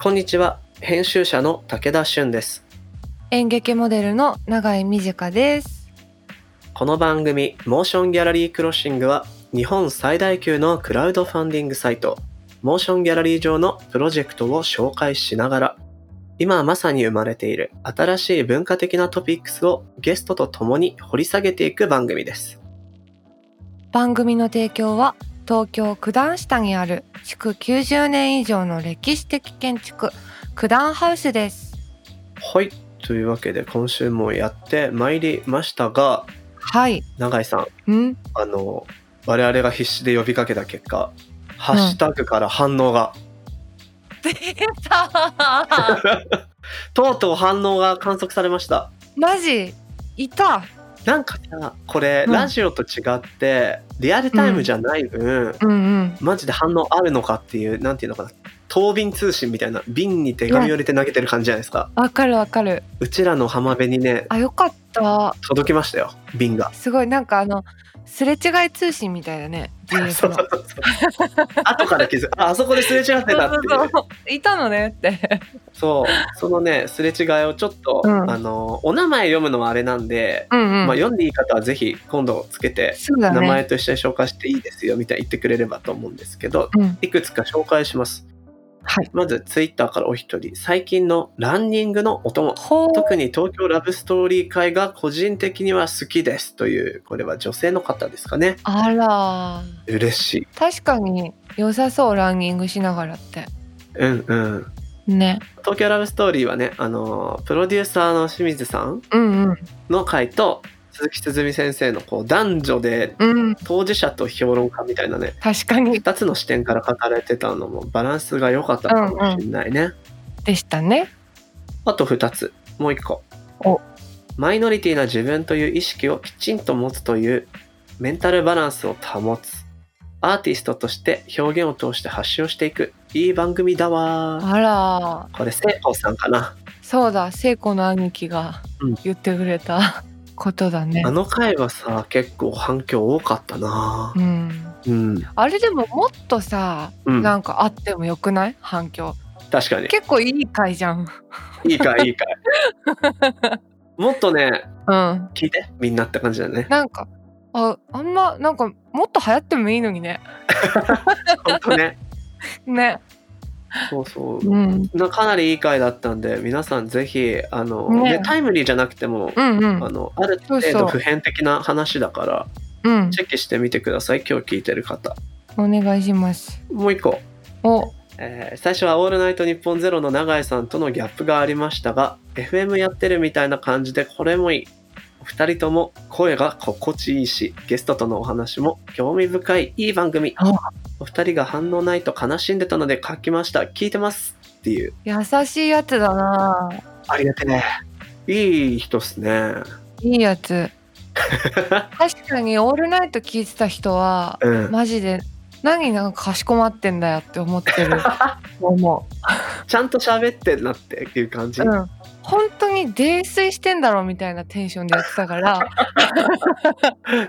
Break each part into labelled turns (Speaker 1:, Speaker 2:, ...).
Speaker 1: こんにちは編集者の武田俊です
Speaker 2: 演劇モデルの永井美佳です。
Speaker 1: この番組モーションギャラリークロッシングは日本最大級のクラウドファンディングサイトモーションギャラリー上のプロジェクトを紹介しながら今まさに生まれている新しい文化的なトピックスをゲストと共に掘り下げていく番組です
Speaker 2: 番組の提供は東京九段下にある築90年以上の歴史的建築九段ハウスです。
Speaker 1: はいというわけで今週もやってまいりましたが
Speaker 2: はい。
Speaker 1: 永井さん
Speaker 2: ん
Speaker 1: あの我々が必死で呼びかけた結果ハッシュタグから反応が、
Speaker 2: 出た
Speaker 1: とうとう反応が観測されました
Speaker 2: マジいた
Speaker 1: なんかさこれ、
Speaker 2: うん
Speaker 1: ラジオと違ってリアルタイムじゃない分、
Speaker 2: うんうん。
Speaker 1: マジで反応あるのかっていうなんていうのかな答便通信みたいな瓶に手紙を入れて投げてる感じじゃないですか、
Speaker 2: わかるわかる。
Speaker 1: うちらの浜辺にね
Speaker 2: あ、よかった。
Speaker 1: 届きましたよ瓶が。
Speaker 2: すごいなんかあの、すれ違い通信みたいだね。
Speaker 1: そう
Speaker 2: GF の
Speaker 1: そうそう 後から気づくああそこですれ違ってたっていう
Speaker 2: そうそう いたのねって。
Speaker 1: そうそのねすれ違いをちょっと、
Speaker 2: うん
Speaker 1: あのお名前読むのはあれなんで、
Speaker 2: うんうん。
Speaker 1: まあ、読んでいい方はぜひ今度つけて
Speaker 2: そうだ
Speaker 1: 名
Speaker 2: ね。
Speaker 1: 前と一緒に紹介していいですよみたいに言ってくれればと思うんですけど
Speaker 2: うん。
Speaker 1: いくつか紹介します
Speaker 2: はい。
Speaker 1: まずツイッターからお一人最近のランニングのお供
Speaker 2: ほう。
Speaker 1: 特に東京ラブストーリー会が個人的には好きですというこれは女性の方ですかね
Speaker 2: あらー。
Speaker 1: 嬉しい
Speaker 2: 確かに良さそうランニングしながらって
Speaker 1: うんうん
Speaker 2: ね
Speaker 1: 東京ラブストーリーはねあのプロデューサーの清水さん
Speaker 2: うんうん
Speaker 1: の回と鈴木鈴美先生のこう男女で
Speaker 2: うん
Speaker 1: 当事者と評論家みたいなね
Speaker 2: 確かに
Speaker 1: 2つの視点から書かれてたのもバランスが良かったかもしれないね、
Speaker 2: でしたね
Speaker 1: あと2つもう1個
Speaker 2: お
Speaker 1: マイノリティな自分という意識をきちんと持つというメンタルバランスを保つアーティストとして表現を通して発信をしていくいい番組だわー
Speaker 2: あら
Speaker 1: これ聖子さんかな
Speaker 2: そうだ聖子の兄貴が
Speaker 1: うん
Speaker 2: 言ってくれた ことだね
Speaker 1: あの回はさ結構反響多かったな
Speaker 2: うん
Speaker 1: うん、
Speaker 2: あれでももっとさ
Speaker 1: うん、
Speaker 2: なんかあってもよくない反響
Speaker 1: 確かに
Speaker 2: 結構いい回じゃん
Speaker 1: いい回いい回 もっとね
Speaker 2: うん
Speaker 1: 聞いてみんなって感じだ ね
Speaker 2: なんかああんまなんかもっと流行ってもいいのにね
Speaker 1: 本当ね
Speaker 2: ね
Speaker 1: そうそう
Speaker 2: うん
Speaker 1: なかなりいい回だったんで皆さんぜひあの、
Speaker 2: ね
Speaker 1: ねタイムリーじゃなくても、
Speaker 2: うんうん
Speaker 1: あのある程
Speaker 2: そうそ
Speaker 1: 度
Speaker 2: う
Speaker 1: 普遍的な話だから
Speaker 2: うん
Speaker 1: チェックしてみてください今日聞いてる方
Speaker 2: お願いします
Speaker 1: もう一個、
Speaker 2: お
Speaker 1: えー最初は「オールナイトニッポンゼロの永井さんとのギャップがありましたが FM やってるみたいな感じでこれもいいお二人とも声が心地いいしゲストとのお話も興味深いいい番組
Speaker 2: お
Speaker 1: お二人が反応ないと悲しんでたので書きました聞いてますっていう
Speaker 2: 優しいやつだな
Speaker 1: ありがてねいい人っす ね
Speaker 2: いいやつ確かに「オールナイト」聞いてた人は
Speaker 1: うん
Speaker 2: マジで何なんかかしこまってんだよって思って る思
Speaker 1: ちゃんと喋ってんなっていう感じ、
Speaker 2: う、うん、本当に泥酔してんだろみたいなテンションでやってたから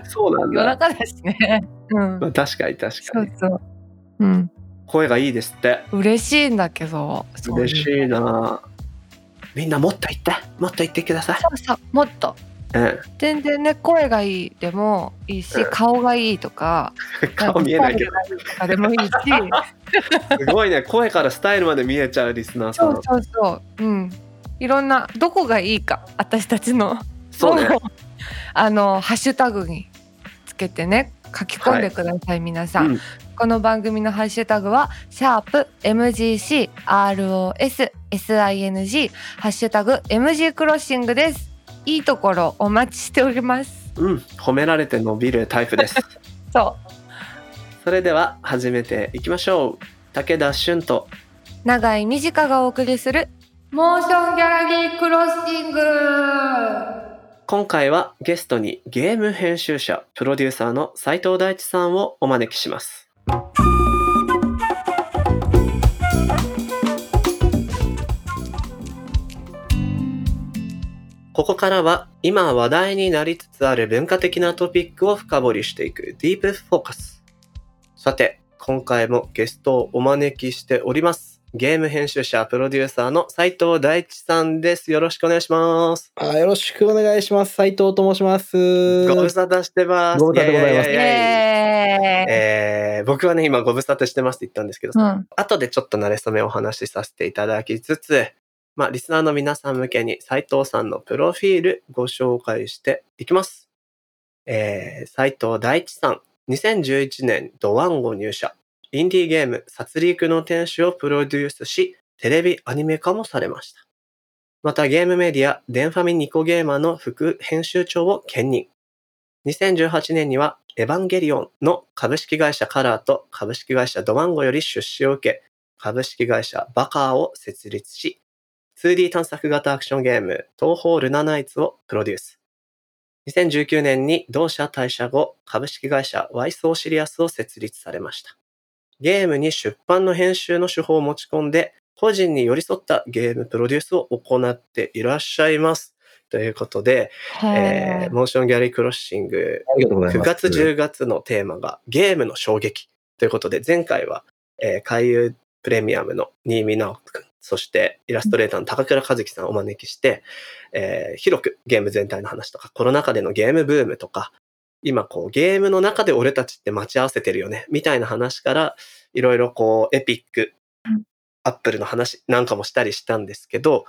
Speaker 1: そうなん
Speaker 2: 夜
Speaker 1: だ、
Speaker 2: 中だし ねうん
Speaker 1: まあ、確かに確
Speaker 2: そ
Speaker 1: か
Speaker 2: う
Speaker 1: に
Speaker 2: そううん
Speaker 1: 声がいいですって
Speaker 2: 嬉しいんだけどそうう
Speaker 1: 嬉しいなみんなもっと言ってもっと言ってください、
Speaker 2: そうそうもっと
Speaker 1: う
Speaker 2: 全然ね声がいいでもいいし
Speaker 1: うん
Speaker 2: 顔がいいとか
Speaker 1: ん、顔見えないけど
Speaker 2: んかスタイルがいい とかでもいいし
Speaker 1: すごいね声からスタイルまで見えちゃうリスナーさん
Speaker 2: そうそうそううんいろんなどこがいいか私たちの
Speaker 1: そうね
Speaker 2: をあのハッシュタグにつけてね書き込んでください、皆さん、
Speaker 1: うん
Speaker 2: この番組のハッシュタグはシャープ m g c r o s s i n g ハッシュタグ MG クロッシングですいいところお待ちしております
Speaker 1: うん、褒められて伸びるタイプ です
Speaker 2: そ
Speaker 1: それでは始めていきましょう武田俊と
Speaker 2: う長井美佳がお送りするモーションギャラリークロッシング
Speaker 1: 今回はゲストにゲーム編集者プロデューサーの斉藤大地さんをお招きしますここからは今話題になりつつある文化的なトピックを深掘りしていくディープフォーカスさて今回もゲストをお招きしておりますゲーム編集者、プロデューサーの斉藤大地さんです。よろしくお願いします。
Speaker 3: あよろしくお願いします。斉藤と申します。
Speaker 1: ご無沙汰してます。
Speaker 3: ご無沙汰でございます
Speaker 2: イ
Speaker 1: イエーイイエーイ
Speaker 2: エーイ
Speaker 1: えー僕はね、今ご無沙汰してますって言ったんですけど、
Speaker 2: うん、
Speaker 1: 後でちょっと慣れ初めをお話しさせていただきつつ、まあ、リスナーの皆さん向けに斉藤さんのプロフィールご紹介していきます。えー、斉藤大地さん、2011年ドワンゴ入社、インディーゲーム殺戮の天使をプロデュースし、テレビアニメ化もされました。またゲームメディア、デンファミニコゲーマーの副編集長を兼任。2018年には、エヴァンゲリオンの株式会社カラーと株式会社ドワンゴより出資を受け、株式会社バカーを設立し、2D 探索型アクションゲーム、東方ルナナイツをプロデュース。2019年に同社退社後、株式会社ワイソーシリアスを設立されました。ゲームに出版の編集の手法を持ち込んで、個人に寄り添ったゲームプロデュースを行っていらっしゃいます。ということで、えーモーションギャラリークロッシング
Speaker 3: ありがとうござい
Speaker 1: 9
Speaker 3: ます。
Speaker 1: 月10月のテーマがゲームの衝撃ということで、前回は、えー、海遊プレミアムの新見直くん、そしてイラストレーターの高倉和樹さんをお招きして、えー広くゲーム全体の話とか、コロナ禍でのゲームブームとか、今こうゲームの中で俺たちって待ち合わせてるよね、みたいな話から、いろいろこうエピック
Speaker 2: うん、
Speaker 1: アップルの話なんかもしたりしたんですけど、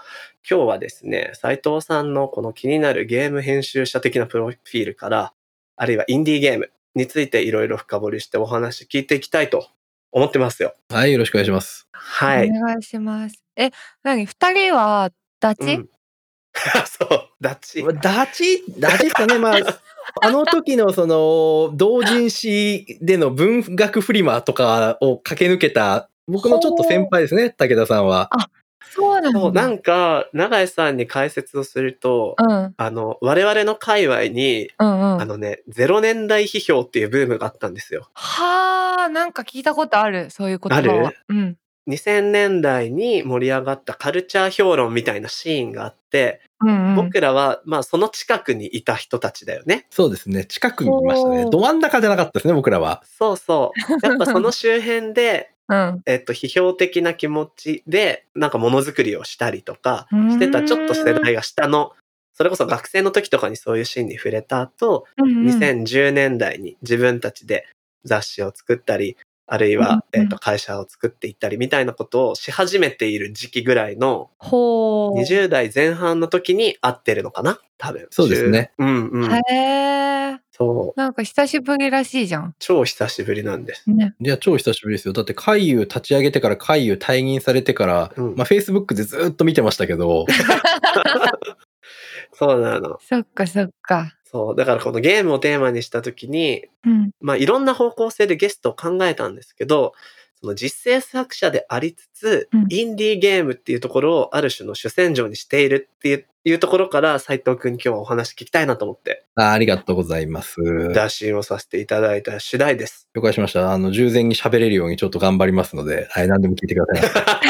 Speaker 1: 今日はですね、斉藤さんのこの気になるゲーム編集者的なプロフィールから、あるいはインディーゲームについていろいろ深掘りしてお話聞いていきたいと思ってますよ。
Speaker 3: はい、よろしくお願いします。
Speaker 1: はい。
Speaker 2: お願いします。え、なに、二人は、ダチ、
Speaker 1: うん そう、ダッチ。
Speaker 3: ダチ、ダチですかね。まあ、 あの時のその、同人誌での文学フリマとかを駆け抜けた、僕のちょっと先輩ですね、武田さんは。
Speaker 2: そうなんだ。
Speaker 1: そうなんか、永井さんに解説をすると、
Speaker 2: うん、
Speaker 1: あの、我々の界隈に、
Speaker 2: うん、う
Speaker 1: あ
Speaker 2: ん。
Speaker 1: のね、ゼロ年代批評っていうブームがあったんですよ。
Speaker 2: はあ、なんか聞いたことある、そういう言葉は。
Speaker 1: ある
Speaker 2: うん。
Speaker 1: 2000年代に盛り上がったカルチャー評論みたいなシーンがあって、
Speaker 2: うん、うん。
Speaker 1: 僕らは、まあ、その近くにいた人たちだよね。
Speaker 3: そうですね、近くにいましたね
Speaker 2: お。ー
Speaker 3: ど真ん中じゃなかったですね、僕らは。
Speaker 1: そうそう。やっぱその周辺で、
Speaker 2: うん。
Speaker 1: えっと、批評的な気持ちで、なんかものづくりをしたりとか、してたちょっと世代が下の、それこそ学生の時とかにそういうシーンに触れた後、
Speaker 2: うん、うん
Speaker 1: 2010年代に自分たちで雑誌を作ったり、あるいは、
Speaker 2: うん
Speaker 1: えっと、会社を作っていったりみたいなことをし始めている時期ぐらいの、
Speaker 2: ほう。
Speaker 1: 20代前半の時に合ってるのかな多分。
Speaker 3: そうですね。
Speaker 1: うんうん。
Speaker 2: へえ。
Speaker 1: そう。
Speaker 2: なんか久しぶりらしいじゃん。
Speaker 1: 超久しぶりなんです。
Speaker 2: ね。
Speaker 3: いや、超久しぶりですよ。だって、海遊立ち上げてから、海遊退任されてから、
Speaker 1: うん
Speaker 3: まあ、Facebook でずーっと見てました けど、
Speaker 1: そうなの。
Speaker 2: そっかそっか。
Speaker 1: そう。だからこのゲームをテーマにした時に、
Speaker 2: うん。
Speaker 1: まあいろんな方向性でゲストを考えたんですけど、その実践作者でありつつ、
Speaker 2: うん
Speaker 1: インディーゲームっていうところをある種の主戦場にしているっていういうところから斉藤くんに今日はお話聞きたいなと思って、
Speaker 3: あありがとうございます。
Speaker 1: 打診をさせていただいた次第です。
Speaker 3: 了解しました。あの、従前に喋れるようにちょっと頑張りますので、はい、何でも聞いてくださ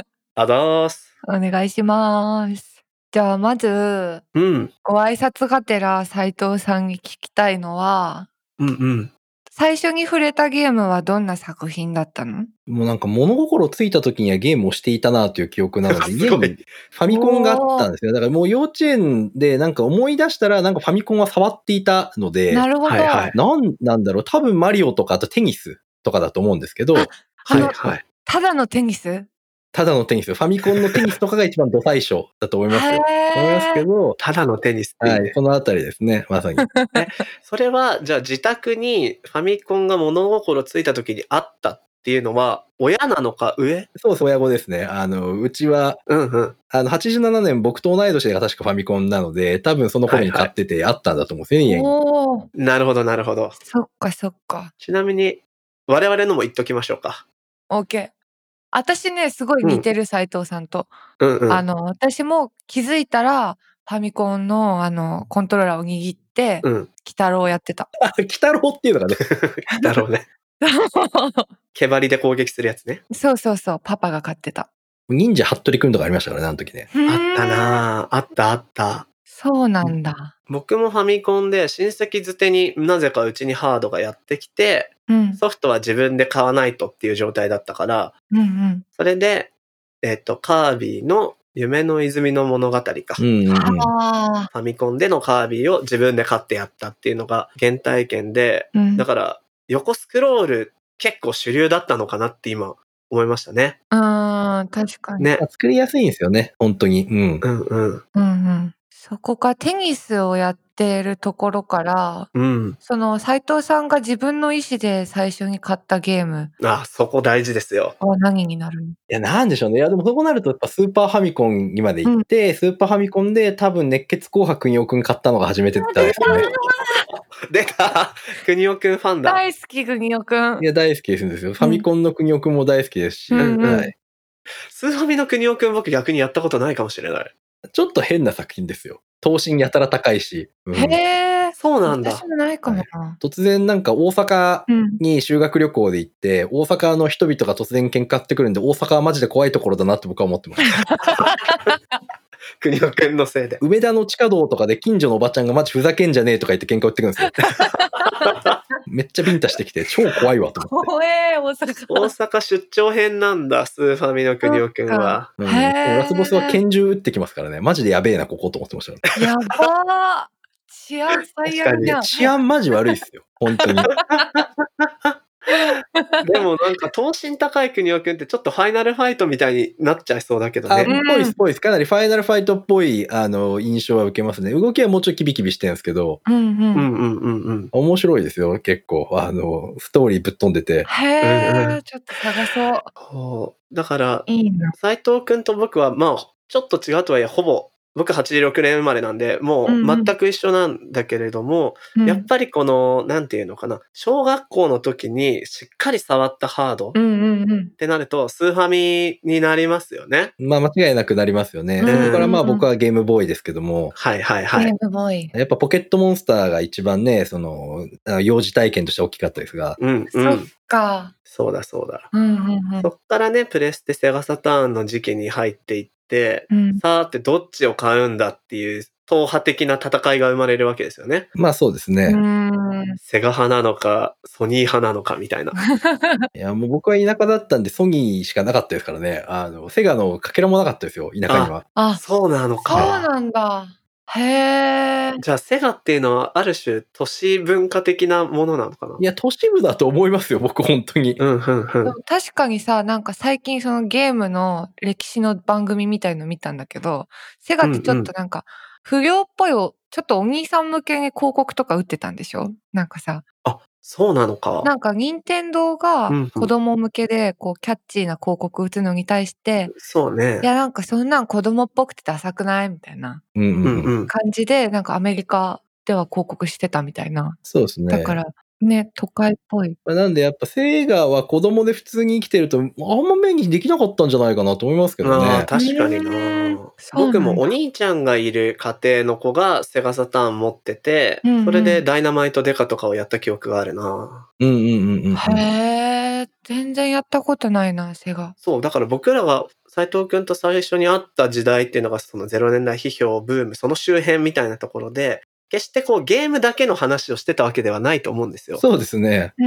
Speaker 3: い。
Speaker 1: あざーす。
Speaker 2: お願いします。じゃあまず、
Speaker 1: うん。
Speaker 2: ご挨拶がてら斉藤さんに聞きたいのは、
Speaker 1: うんうん。
Speaker 2: 最初に触れたゲームはどんな作品だったの
Speaker 3: もうなんか物心ついた時にはゲームをしていたなという記憶なので、
Speaker 1: す
Speaker 3: 家
Speaker 1: ご
Speaker 3: に
Speaker 1: い。
Speaker 3: ファミコンがあったんですよ。だからもう幼稚園でなんか思い出したらなんかファミコンは触っていたので、
Speaker 2: なるほど。
Speaker 1: はいはい
Speaker 3: なんなんだろう、多分マリオとかあとテニスとかだと思うんですけど、
Speaker 2: ああ
Speaker 1: はい
Speaker 2: の、
Speaker 1: はい。
Speaker 2: ただのテニスへ
Speaker 3: ただのテニス、ファミコンのテニスとかが一番ド最初だと思いますよ。思いますけ
Speaker 2: ー。
Speaker 3: ど、
Speaker 1: ただのテニスってい
Speaker 3: は
Speaker 1: うね
Speaker 3: い、そのあたりですね、まさに。
Speaker 1: それは、じゃあ自宅にファミコンが物心ついた時にあったっていうのは、親なのか上
Speaker 3: そうです、親子ですね。あの、うちは
Speaker 1: うんうん。
Speaker 3: あの、87年僕と同い年が確かファミコンなので、多分その頃に買っててあったんだと思うんですよね、家に
Speaker 2: おお、
Speaker 1: なるほど、なるほど。
Speaker 2: そっかそっか。
Speaker 1: ちなみに、我々のも言っときましょうか。
Speaker 2: OK。私ね、すごい似てる斉藤さんと。
Speaker 1: うんうん。
Speaker 2: あの、私も気づいたら、ファミコンの、あの、コントローラーを握って、
Speaker 1: うん。
Speaker 2: 鬼太郎をやってた。
Speaker 3: あ鬼太郎っていうのがね、
Speaker 1: だろうね。毛張りで攻撃するやつ ね。
Speaker 2: そうそうそう、パパが買ってた。
Speaker 3: 忍者服部くんとかありましたからね、あの時ね。
Speaker 2: あ
Speaker 1: あったなぁあったあった。
Speaker 2: そうなんだ。
Speaker 1: 僕もファミコンで親戚づてになぜかうちにハードがやってきて、
Speaker 2: うん。
Speaker 1: ソフトは自分で買わないとっていう状態だったから、
Speaker 2: うんうん。
Speaker 1: それで、えっと、カービィの夢の泉の物語か。
Speaker 3: う
Speaker 1: フ
Speaker 3: んうんうん。
Speaker 2: ああ。
Speaker 1: ァミコンでのカービィを自分で買ってやったっていうのが原体験で、
Speaker 2: うん。
Speaker 1: だから横スクロール結構主流だったのかなって今思いましたね。
Speaker 2: うん、確かに。
Speaker 1: ね。
Speaker 3: 作りやすいんですよね、本当に。うん。
Speaker 1: うんうん。
Speaker 2: うんうん。そこか、テニスをやってるところから、
Speaker 1: うん。
Speaker 2: その斉藤さんが自分の意思で最初に買ったゲーム
Speaker 1: あ、そこ大事ですよ。
Speaker 2: は何になるの
Speaker 3: いや、なんでしょうね。いや、でもそうなると、やっぱスーパーファミコンにまで行って、スーパーファミコンで多分熱血紅白におくん買ったのが初めてだったんですよね。
Speaker 1: 出た国尾くんファンだ。
Speaker 2: 大好き、国尾くん
Speaker 3: い。や、大好きですんですよ。ファミコンの国オくんも大好きですし、
Speaker 2: うんうん
Speaker 3: はい。
Speaker 1: スーファミの国尾くん僕逆にやったことないかもしれない。
Speaker 3: ちょっと変な作品ですよ。等身やたら高いし。うん
Speaker 2: へえ。
Speaker 1: そうなんだ
Speaker 2: 私。もないかもな。
Speaker 3: 突然なんか大阪
Speaker 2: うん。
Speaker 3: に修学旅行で行って、大阪の人々が突然喧嘩ってくるんで、大阪はマジで怖いところだなって僕は思ってます。
Speaker 1: 国尾くんのせい で。
Speaker 3: 梅田の地下道とかで近所のおばちゃんがマジふざけんじゃねえとか言って喧嘩売ってくる んですよ。めっちゃビンタしてきて、超怖いわと思って。
Speaker 2: 怖え、大
Speaker 1: 大
Speaker 2: 阪。
Speaker 1: 阪出張編なんだ、スーファミの国尾くんは。
Speaker 3: うん、
Speaker 2: へー
Speaker 3: ラスボスは拳銃撃ってきますからね、マジでやべえな、ここと思ってました、ね。
Speaker 2: やばー。治安最悪じゃん。
Speaker 3: 治安マジ悪いっすよ、本 当に。
Speaker 1: でもなんか、等身高い国尾くんってちょっとファイナルファイトみたいになっちゃいそうだけど
Speaker 3: あ、っ
Speaker 1: ね。
Speaker 3: ぽいっす、っぽいっす。かなりファイナルファイトっぽい、あの、印象は受けますね。動きはもうちょいキビキビしてるんですけど、
Speaker 2: うんう。
Speaker 1: うんんうんうんうん。
Speaker 3: 面白いですよ、結構。あの、ストーリーぶっ飛んでて。
Speaker 2: へ
Speaker 1: うんう
Speaker 2: え、ちょっと探そう。
Speaker 1: そうだから、
Speaker 2: いいな。
Speaker 1: 斉藤くんと僕は、まあ、ちょっと違うとはいえ、ほぼ、僕86年生まれなんで、もう
Speaker 2: うんう
Speaker 1: 全
Speaker 2: ん
Speaker 1: く一緒なんだけれども、
Speaker 2: うん
Speaker 1: やっぱりこの、なんていうのかな、小学校の時にしっかり触ったハードっ
Speaker 2: うんうんうん。
Speaker 1: てなると、スーファミになりますよね。
Speaker 3: まあ、間違いなくなりますよね。
Speaker 2: うん
Speaker 3: そこからまあ、僕はゲームボーイですけども、
Speaker 1: はいはいはい
Speaker 2: ゲ。ームボーイ。
Speaker 3: やっぱポケットモンスターが一番ね、その、あ幼児体験として大きかったですが、
Speaker 1: うんう
Speaker 2: そっ
Speaker 1: ん。
Speaker 2: か。
Speaker 1: そうだそうだ。
Speaker 2: うんうんうん
Speaker 1: そっからね、プレステセガサターンの時期に入っていって、
Speaker 2: うん。
Speaker 1: さあってどっちを買うんだっていう、党派的な戦いが生まれるわけですよね。
Speaker 3: まあそうですね。
Speaker 2: うん。
Speaker 1: セガ派なのか、ソニー派なのかみたいな。
Speaker 3: いや、もう僕は田舎だったんで、ソニーしかなかったですからね。あの、セガのかけらもなかったですよ、田舎には。
Speaker 2: あ、そ
Speaker 1: そうなの
Speaker 2: う
Speaker 1: か。
Speaker 2: なんだ。へえ。
Speaker 1: じゃあセガっていうのはある種都市文化的なものなのかない
Speaker 3: や、都市部だと思いますよ、僕、本当に。
Speaker 1: うんうんうん。
Speaker 2: 確かにさ、なんか最近そのゲームの歴史の番組みたいの見たんだけど、セガってちょっとなんか不良っぽいを、ちょっとお兄さん向けに広告とか打ってたんでしょなんかさ、
Speaker 1: あ、そうなのか。
Speaker 2: なんか任天堂が
Speaker 1: うんうん
Speaker 2: 子供向けでこうキャッチーな広告打つのに対して、
Speaker 1: そうね
Speaker 2: い。やなんかそんなん子供っぽくてダサくないみたいな
Speaker 3: うんう
Speaker 1: う
Speaker 3: ん
Speaker 1: ん
Speaker 3: う
Speaker 1: う
Speaker 3: ん。
Speaker 1: ん。
Speaker 2: 感じで、なんかアメリカでは広告してたみたいな。
Speaker 3: そうですね。
Speaker 2: だからね、都会っぽい。
Speaker 3: まあなんで、やっぱ、セガは子供で普通に生きてると、あんま目にできなかったんじゃないかなと思いますけど
Speaker 1: ああ
Speaker 3: ね。
Speaker 1: 確かに
Speaker 2: うん
Speaker 1: な
Speaker 2: そうなん
Speaker 1: 僕
Speaker 2: だ
Speaker 1: もお兄ちゃんがいる家庭の子がセガサターン持ってて、
Speaker 2: うんうん
Speaker 1: それでダイナマイトデカとかをやった記憶があるな
Speaker 3: うんうんうんうん。
Speaker 2: へえ、全然やったことないな、セガ。
Speaker 1: そう、だから僕らが斉藤くんと最初に会った時代っていうのがその0年代批評ブーム、その周辺みたいなところで、決してこうゲームだけの話をしてたわけではないと思うんですよ。
Speaker 3: そうですね。
Speaker 2: う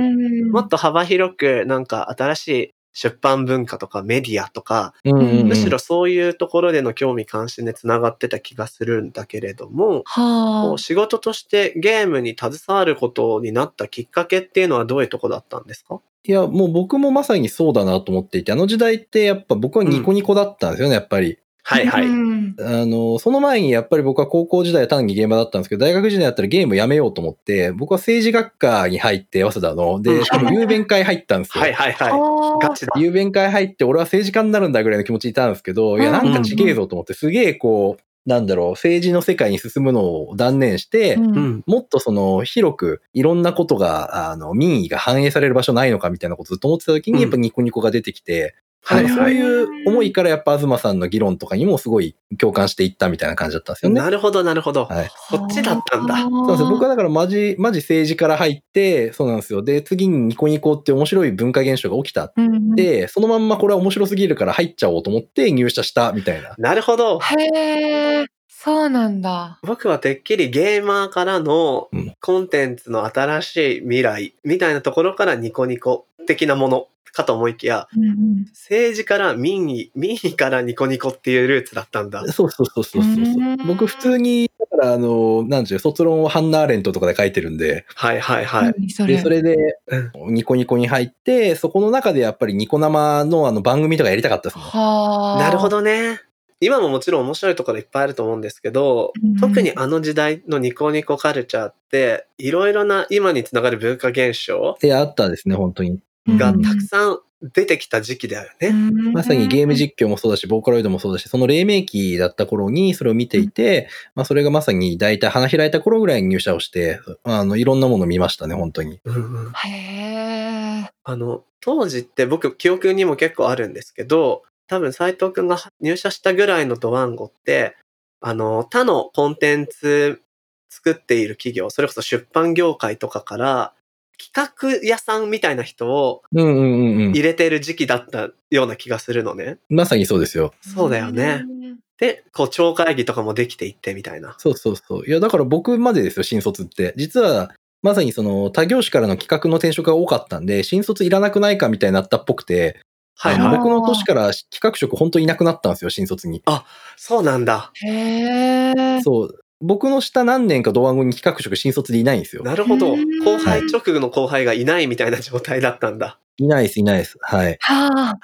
Speaker 2: ん
Speaker 1: もっと幅広くなんか新しい出版文化とかメディアとか、
Speaker 3: うんうんうん
Speaker 1: むしろそういうところでの興味関心でつながってた気がするんだけれども、こ
Speaker 2: は
Speaker 1: う仕事としてゲームに携わることになったきっかけっていうのはどういうとこだったんですか
Speaker 3: いや、もう僕もまさにそうだなと思っていて、あの時代ってやっぱ僕はニコニコだったんですよね、やっぱり。
Speaker 2: あ。
Speaker 1: はいはい。
Speaker 2: う
Speaker 1: うん
Speaker 2: ん
Speaker 3: あの、その前にやっぱり僕は高校時代は単にゲーマーだったんですけど、大学時代だったらゲームやめようと思って、僕は政治学科に入って、早稲田の。
Speaker 1: う
Speaker 3: で、
Speaker 1: ん
Speaker 3: しかも雄弁会入ったんですよ。
Speaker 1: はいはいはい。
Speaker 2: あー
Speaker 1: ガチだ。
Speaker 3: 雄弁会入って、俺は政治家になるんだぐらいの気持ちでいたんですけど、いや、なんかちげえぞと思って、すげえこう、なんだろう、政治の世界に進むのを断念して、
Speaker 2: う
Speaker 1: うんん。
Speaker 3: もっとその広くいろんなことが、あの、民意が反映される場所ないのかみたいなことずっと思ってた時
Speaker 1: うん
Speaker 3: に、やっぱニコニコが出てきて、
Speaker 1: はい
Speaker 3: なんか
Speaker 1: は
Speaker 3: そう
Speaker 1: い。
Speaker 3: いう思いからやっぱ東さんの議論とかにもすごい共感していったみたいな感じだったんですよね。
Speaker 1: なるほどなるほど。
Speaker 3: はい。
Speaker 1: こっちだったんだ
Speaker 2: あー
Speaker 3: そうなんですよ僕はだからマジ、マジ政治から入って、そうなんですよ。で、次にニコニコって面白い文化現象が起きたっ
Speaker 2: うんうん
Speaker 3: て、そのまんまこれは面白すぎるから入っちゃおうと思って入社したみたいな。
Speaker 1: なるほど。
Speaker 2: へえ、そうなんだ。
Speaker 1: 僕はてっきりゲーマーからの
Speaker 3: うん
Speaker 1: コンテンツの新しい未来みたいなところからニコニコ的なものかと思いきや、
Speaker 2: うんうん。
Speaker 1: 政治から民意、民意からニコニコっていうルーツだったん だ。
Speaker 3: そうそうそうそうそ
Speaker 2: う
Speaker 3: う
Speaker 2: ーん
Speaker 3: 僕普通に、だからあの、なんちゅう、卒論をハンナ・アーレントとかで書いてるんで、
Speaker 1: はいはいはい。
Speaker 2: 何それ。
Speaker 3: で、それで、ニコニコに入って、そこの中でやっぱりニコ生のあの番組とかやりたかったですもん
Speaker 2: はあ。
Speaker 1: なるほ。どね。今ももちろん面白いところいっぱいあると思うんですけど、
Speaker 2: うん
Speaker 1: 特にあの時代のニコニコカルチャーって、いろいろな今につながる文化現象
Speaker 3: で、あったですね、本当に。
Speaker 1: が
Speaker 3: うん
Speaker 1: たくさん出てきた時期だよね。
Speaker 3: まさにゲーム
Speaker 2: 時
Speaker 3: 実況もそうだし、ボーカロイドもそうだし、その黎明期だった頃にそれを見ていて、まあそれがまさに大体花開いた頃ぐらいに入社をして、あの、いろんなものを見ましたね、本当に。
Speaker 1: うんうん
Speaker 2: へえ。
Speaker 1: あの、当時って僕記憶にも結構あるんですけど、多分斉藤くんが入社したぐらいのドワンゴって、あの、他のコンテンツ作っている企業、それこそ出版業界とかから、企画屋さんみたいな人を
Speaker 3: うんうんうんう
Speaker 1: 入れてる時期だったような気がするのね。
Speaker 3: ん。まさにそうですよ。
Speaker 1: そうだよね。で、こう、超会議とかもできていってみたいな。
Speaker 3: そうそうそう。いや、だから僕までですよ、新卒って。実は、まさにその他業種からの企画の転職が多かったんで、新卒いらなくないかみたいになったっぽくて、
Speaker 1: はい
Speaker 3: あの
Speaker 1: はい。
Speaker 3: 僕の年から企画職本当にいなくなったんですよ、新卒に。
Speaker 1: そうなんだ。
Speaker 2: へえ。
Speaker 3: そう。僕の下何年か同案後に企画職新卒でいないんですよ。
Speaker 1: なるほど。
Speaker 2: うん
Speaker 1: 後輩直後の後輩がいないみたいな状態だったんだ。
Speaker 3: いないです、いないです。はい。
Speaker 2: はあ。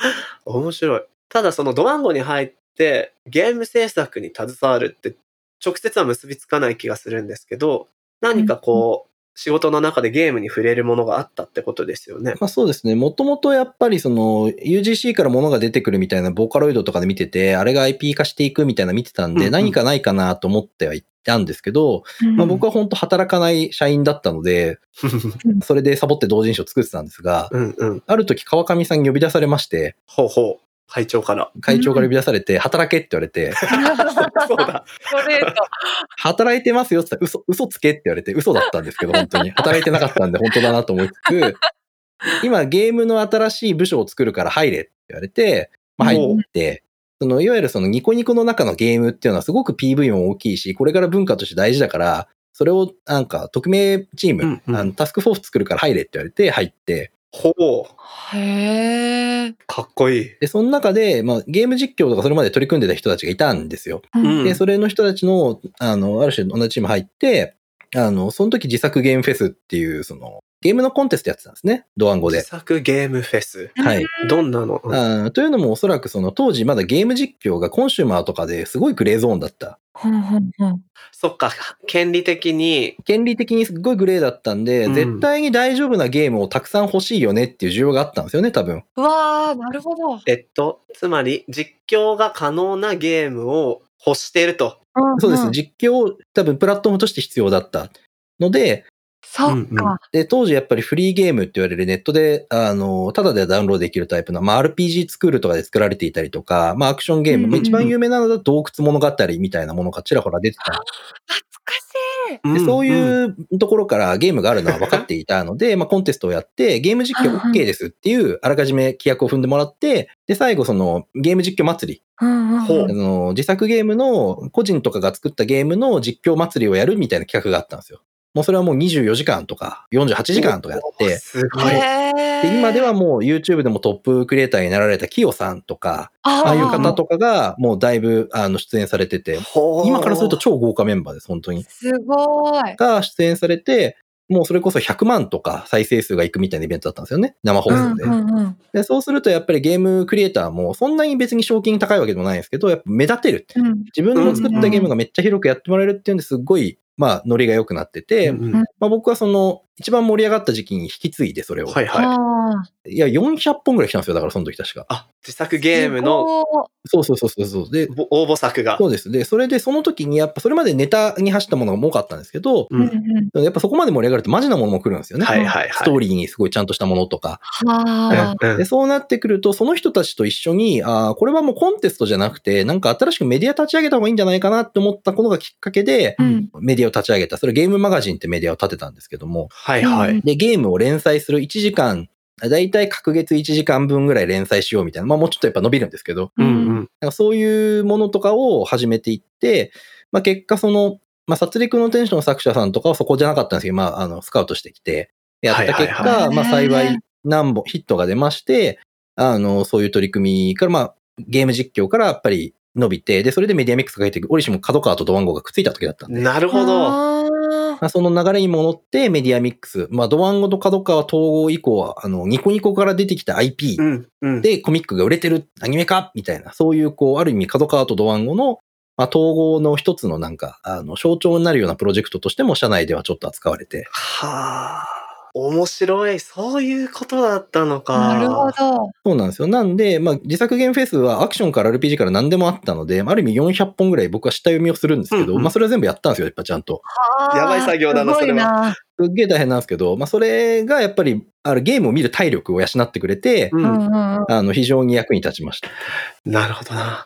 Speaker 1: 面白い。ただそのドワンゴに入ってゲーム制作に携わるって直接は結びつかない気がするんですけど、何かこう、仕事の中でゲームに触れるものがあったってことですよね。
Speaker 3: まあそうですね。もともとやっぱりその UGC から物が出てくるみたいなボーカロイドとかで見てて、あれが IP 化していくみたいな見てたん
Speaker 1: うんう
Speaker 3: で、
Speaker 1: ん
Speaker 3: 何かないかなと思ってはいたんですけど、まあ僕は本当働かない社員だったので、それでサボって同人誌を作ってたんですが、
Speaker 1: うんうん。
Speaker 3: ある時川上さんに呼び出されまして、
Speaker 1: ほうほう。会長 から。
Speaker 3: 会長から呼び出されて、働けって言われて、
Speaker 1: そうだ。
Speaker 2: ストレート。
Speaker 3: 働いてますよって言ったら、嘘、嘘つけって言われて、嘘だったんですけど、本当に。働いてなかったんで、本当だなと思いつつ、今、ゲームの新しい部署を作るから入れって言われて、まあ、入って、その、いわゆるそのニコニコの中のゲームっていうのはすごく PV も大きいし、これから文化として大事だから、それをなんか、特命チーム、
Speaker 1: うんうん
Speaker 3: あのタスクフォース作るから入れって言われて入って、
Speaker 1: ほう。
Speaker 2: へえ。
Speaker 1: かっこいい。
Speaker 3: で、その中で、まあ、ゲーム実況とかそれまで取り組んでた人たちがいたんですよ。
Speaker 1: うん
Speaker 3: で、それの人たちの、あの、ある種同じチーム入って、あの、その時自作ゲームフェスっていう、その、ゲームのコンテストやってたんですね。ドワンゴ
Speaker 1: 自
Speaker 3: で。
Speaker 1: 作ゲームフェス。
Speaker 3: はい。
Speaker 1: どんなの、うん
Speaker 3: あーというのもおそらくその当時まだゲーム実況がコンシューマーとかですごいグレーゾーンだった。
Speaker 2: ほんほんほん。
Speaker 1: そっか、権利的に。
Speaker 3: 権利的にすっごいグレーだったんで、
Speaker 1: うん
Speaker 3: 絶対に大丈夫なゲームをたくさん欲しいよねっていう需要があったんですよね、多分。
Speaker 2: うわあ、なるほど。
Speaker 1: えっと、つまり実況が可能なゲームを欲していると。
Speaker 3: そうです。
Speaker 2: んん
Speaker 3: 実況を多分プラットフォームとして必要だった。ので、
Speaker 2: そっ
Speaker 1: うんう
Speaker 2: か。
Speaker 3: で、当時やっぱりフリーゲームって言われるネットで、あの、ただでダウンロードできるタイプの、まあ、RPG スクールとかで作られていたりとか、まあ、アクションゲーム、
Speaker 2: うん
Speaker 3: まあ一番有名なのだと洞窟物語みたいなものがちらほら出てた。
Speaker 2: 懐かしい。
Speaker 1: ん
Speaker 3: で、
Speaker 1: う
Speaker 3: そう
Speaker 1: ん。
Speaker 3: いうところからゲームがあるのは分かっていたので、まあ、コンテストをやって、ゲーム実況 OK ですっていう、あらかじめ規約を踏んでもらって、で、最後その、ゲーム実況祭り、
Speaker 2: うんうん。
Speaker 1: ほう
Speaker 3: あの、自作ゲームの、個人とかが作ったゲームの実況祭りをやるみたいな企画があったんですよ。もうそれはもう24時間とか、48時間とかやって、
Speaker 1: すごい。
Speaker 2: へ
Speaker 3: で
Speaker 2: え。
Speaker 3: 今ではもう YouTube でもトップクリエイターになられたキヨさんとか、
Speaker 2: あー、
Speaker 3: あ
Speaker 2: あ
Speaker 3: あいう方とかがもうだいぶあの出演されてて、今からすると超豪華メンバーです、本当に。
Speaker 2: すごい。
Speaker 3: が出演されて、もうそれこそ100万とか再生数がいくみたいなイベントだったんですよね、生放送で。
Speaker 2: うんうんうん
Speaker 3: でそうするとやっぱりゲームクリエイターもそんなに別に賞金高いわけでもないんですけど、やっぱ目立てる。
Speaker 2: うん
Speaker 3: 自分の作ったゲームがめっちゃ広くやってもらえるっていうんですっごい、まあ、ノリが良くなってて、
Speaker 1: うんうん
Speaker 3: まあ僕はその、一番盛り上がった時期に引き継いでそれを。
Speaker 1: はいはい。
Speaker 2: あー
Speaker 3: いや、400本ぐらい来たんですよ。だから、その時確か。
Speaker 1: あ、自作ゲームの
Speaker 2: すごい
Speaker 3: そうそうそうそうそう。で、
Speaker 1: ぼ応募作が。
Speaker 3: そうです。で、それで、その時に、やっぱ、それまでネタに走ったものが多かったんですけど、
Speaker 1: うん
Speaker 2: うんうん
Speaker 3: やっぱそこまで盛り上がると、マジなものも来るんですよね。
Speaker 1: はいはいはい。
Speaker 3: ストーリーにすごいちゃんとしたものとか。
Speaker 2: はあ。
Speaker 1: うんう
Speaker 3: で、
Speaker 1: ん
Speaker 3: そうなってくると、その人たちと一緒に、ああ、これはもうコンテストじゃなくて、なんか新しくメディア立ち上げた方がいいんじゃないかなって思ったことがきっかけで、
Speaker 2: うん
Speaker 3: メディアを立ち上げた。それゲームマガジンってメディアを立てたんですけども、
Speaker 1: はいはい。
Speaker 3: で、ゲームを連載する1時間、だいたい隔月1時間分ぐらい連載しようみたいな。まあもうちょっとやっぱ伸びるんですけど、
Speaker 1: うんうん。
Speaker 3: なんかそういうものとかを始めていって、まあ、結果その、まあ、殺戮の天使の作者さんとかはそこじゃなかったんですけど、まあ、あの、スカウトしてきて、やった結果、
Speaker 1: はい
Speaker 2: はいはい
Speaker 3: まあ、幸い何本、ヒットが出まして、あの、そういう取り組みから、まあ、ゲーム実況からやっぱり伸びて、で、それでメディアミックスが入ってくる、折しも角川とドワンゴがくっついた時だったんで、
Speaker 1: なるほど。
Speaker 2: ど。
Speaker 3: まあ、その流れに戻ってメディアミックス、まあ、ドワンゴと角川統合以降は、あの、ニコニコから出てきた IP
Speaker 1: うん、うん。
Speaker 3: で、コミックが売れてるアニメ化みたいな、そういう、こう、ある意味、角川とドワンゴの、まあ、統合の一つのなんか、あの、象徴になるようなプロジェクトとしても、社内ではちょっと扱われて。
Speaker 1: はあ。面白い。そういうことだったのか。
Speaker 2: なるほど。
Speaker 3: そうなんですよ。なんで、まあ、自作ゲームフェスはアクションから RPG から何でもあったので、まあある意味400本ぐらい僕は下読みをするんですけど、
Speaker 1: うんうん
Speaker 3: まあ、それは全部やったんですよ、やっぱちゃんと。
Speaker 2: あー
Speaker 1: やばい作業だな
Speaker 2: すごい
Speaker 3: すっげえ大変なんですけど、まあ、それがやっぱり、あの、ゲームを見る体力を養ってくれて、
Speaker 1: う
Speaker 2: うん
Speaker 1: ん。
Speaker 2: うんうん。
Speaker 3: あの、非常に役に立ちました。
Speaker 1: なるほどな。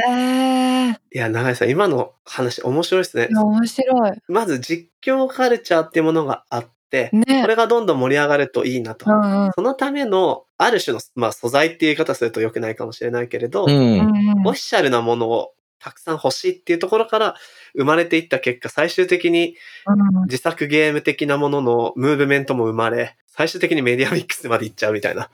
Speaker 2: へえ。
Speaker 1: いや、永井さん、今の話面白いですね
Speaker 2: い。や面白い。
Speaker 1: まず実況カルチャーっていうものがあって、
Speaker 2: ね
Speaker 1: こ。れがどんどん盛り上がるといいなと
Speaker 2: う。んうん
Speaker 1: そのための、ある種の、まあ、素材っていう言い方すると良くないかもしれないけれど、
Speaker 3: う。
Speaker 2: うんんうん
Speaker 1: オフィシャルなものをたくさん欲しいっていうところから生まれていった結果、最終的に
Speaker 2: うん
Speaker 1: 自作ゲーム的なもののムーブメントも生まれ、最終的にメディアミックスまで行っちゃうみたいな。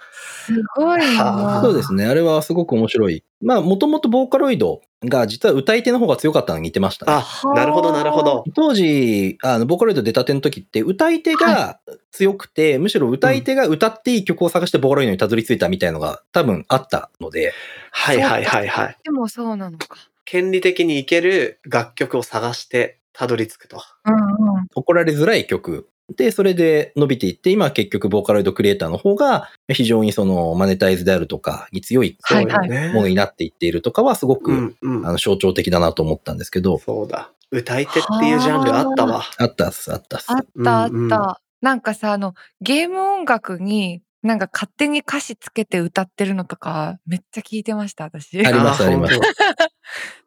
Speaker 2: すごい
Speaker 1: はあ
Speaker 2: な。
Speaker 3: そうですね。あれはすごく面白い。まあ、もともとボーカロイドが実は歌い手の方が強かったのに似てましたね。
Speaker 1: あ、なるほど、なるほど。
Speaker 3: 当時、あの、ボーカロイド出たての時って、歌い手が強くて、むしろ歌い手が歌っていい曲を探してボーカロイドにたどり着いたみたいのが多分あったので、
Speaker 1: はいはいはいはい。
Speaker 2: でもそうなのか。
Speaker 1: 権利的にいける楽曲を探してたどり着くと。
Speaker 2: うんうん。
Speaker 3: 怒られづらい曲。で、それで伸びていって、今結局ボーカロイドクリエイターの方が非常にそのマネタイズであるとかに強い
Speaker 2: はいはい
Speaker 1: そうよ
Speaker 3: もの
Speaker 1: ね。
Speaker 3: になっていっているとかはすごく、
Speaker 1: うんうん
Speaker 3: あ。の象徴的だなと思ったんですけど、
Speaker 1: そうだ。歌い手っていうジャンルあったわ。
Speaker 3: あったっす、あったっす。
Speaker 2: あったあっ
Speaker 1: うんうん
Speaker 2: た。なんかさ、あの、ゲーム音楽に、なんか勝手に歌詞つけて歌ってるのとか、めっちゃ聞いてました、私。
Speaker 3: あります
Speaker 1: ー
Speaker 3: あります
Speaker 1: 本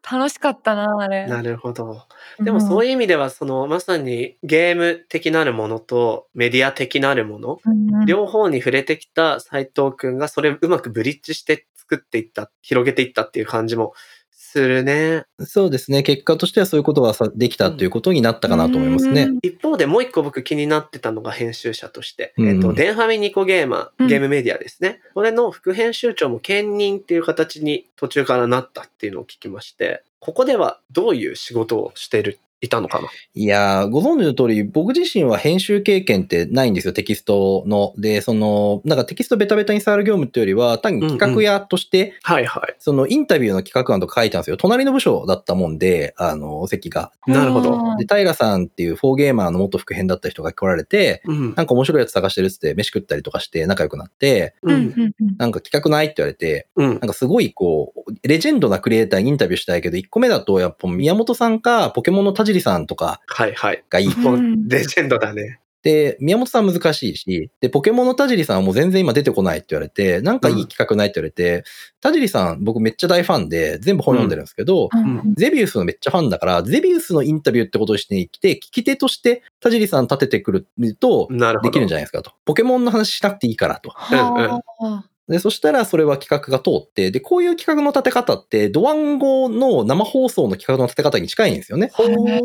Speaker 2: 楽しかったな、あ
Speaker 1: 当
Speaker 2: れ。
Speaker 1: なるほど。でもそう
Speaker 2: い
Speaker 1: いう意味では、そのまさにゲーム的なるものとメディア的なるもの、
Speaker 2: うんうん、
Speaker 1: 両方に触れてきた斉藤くんがそれをうまくブリッジして作っていった、広げていったっていう感じもするね。
Speaker 3: そうですね。結果としてはそういうことがさできたということになったかなと思いますね。
Speaker 2: うん
Speaker 1: 一方でもう一個僕気になってたのが編集者として、
Speaker 3: うん
Speaker 1: えっと、デンハミニコゲーマ
Speaker 2: う
Speaker 1: ー、
Speaker 2: ん
Speaker 1: ゲームメディアですね。これの副編集長も兼任っていう形に途中からなったっていうのを聞きまして、ここではどういう仕事をしてる、いたのかない
Speaker 3: やー、ご存知の通り、僕自身は編集経験ってないんですよ、テキストの。で、その、なんかテキストベタベタに触る業務っていうよりは、単に企画屋として、
Speaker 1: はいはい。
Speaker 3: そのインタビューの企画案とか書いたんですよ。隣の部署だったもんで、あの、席が。
Speaker 1: なるほど。
Speaker 2: うん
Speaker 3: で、平さんっていうフォーゲーマーの元副編だった人が来られて、
Speaker 1: うん
Speaker 3: な。んか面白いやつ探してるっつって、飯食ったりとかして仲良くなって、
Speaker 1: う
Speaker 2: う
Speaker 1: んん。
Speaker 2: うんうん
Speaker 3: なんか企画ないって言われて、
Speaker 1: うん
Speaker 3: な。んかすごいこう、レジェンドなクリエイターにインタビューしたいけど、1個目だとやっぱ宮本さんかポケモンの田尻さんとか
Speaker 1: はいはい。
Speaker 3: がいい。
Speaker 1: も
Speaker 2: う
Speaker 1: うんレジェンドだね。
Speaker 3: で、宮本さん難しいし、で、ポケモンの田尻さんはもう全然今出てこないって言われて、なんかいい企画ないって言われて、田尻さん僕めっちゃ大ファンで全部本読んでるんですけど、
Speaker 2: うんうん
Speaker 3: ゼビウスのめっちゃファンだから、ゼビウスのインタビューってことをしてきて、聞き手として田尻さん立ててくると、
Speaker 1: なるほど。
Speaker 3: できるんじゃないですかと。ポケモンの話しなくていいからと。
Speaker 2: はあ
Speaker 3: で、そしたらそれは企画が通って、で、こういう企画の立て方って、ドワンゴの生放送の企画の立て方に近いんですよね。
Speaker 2: へえ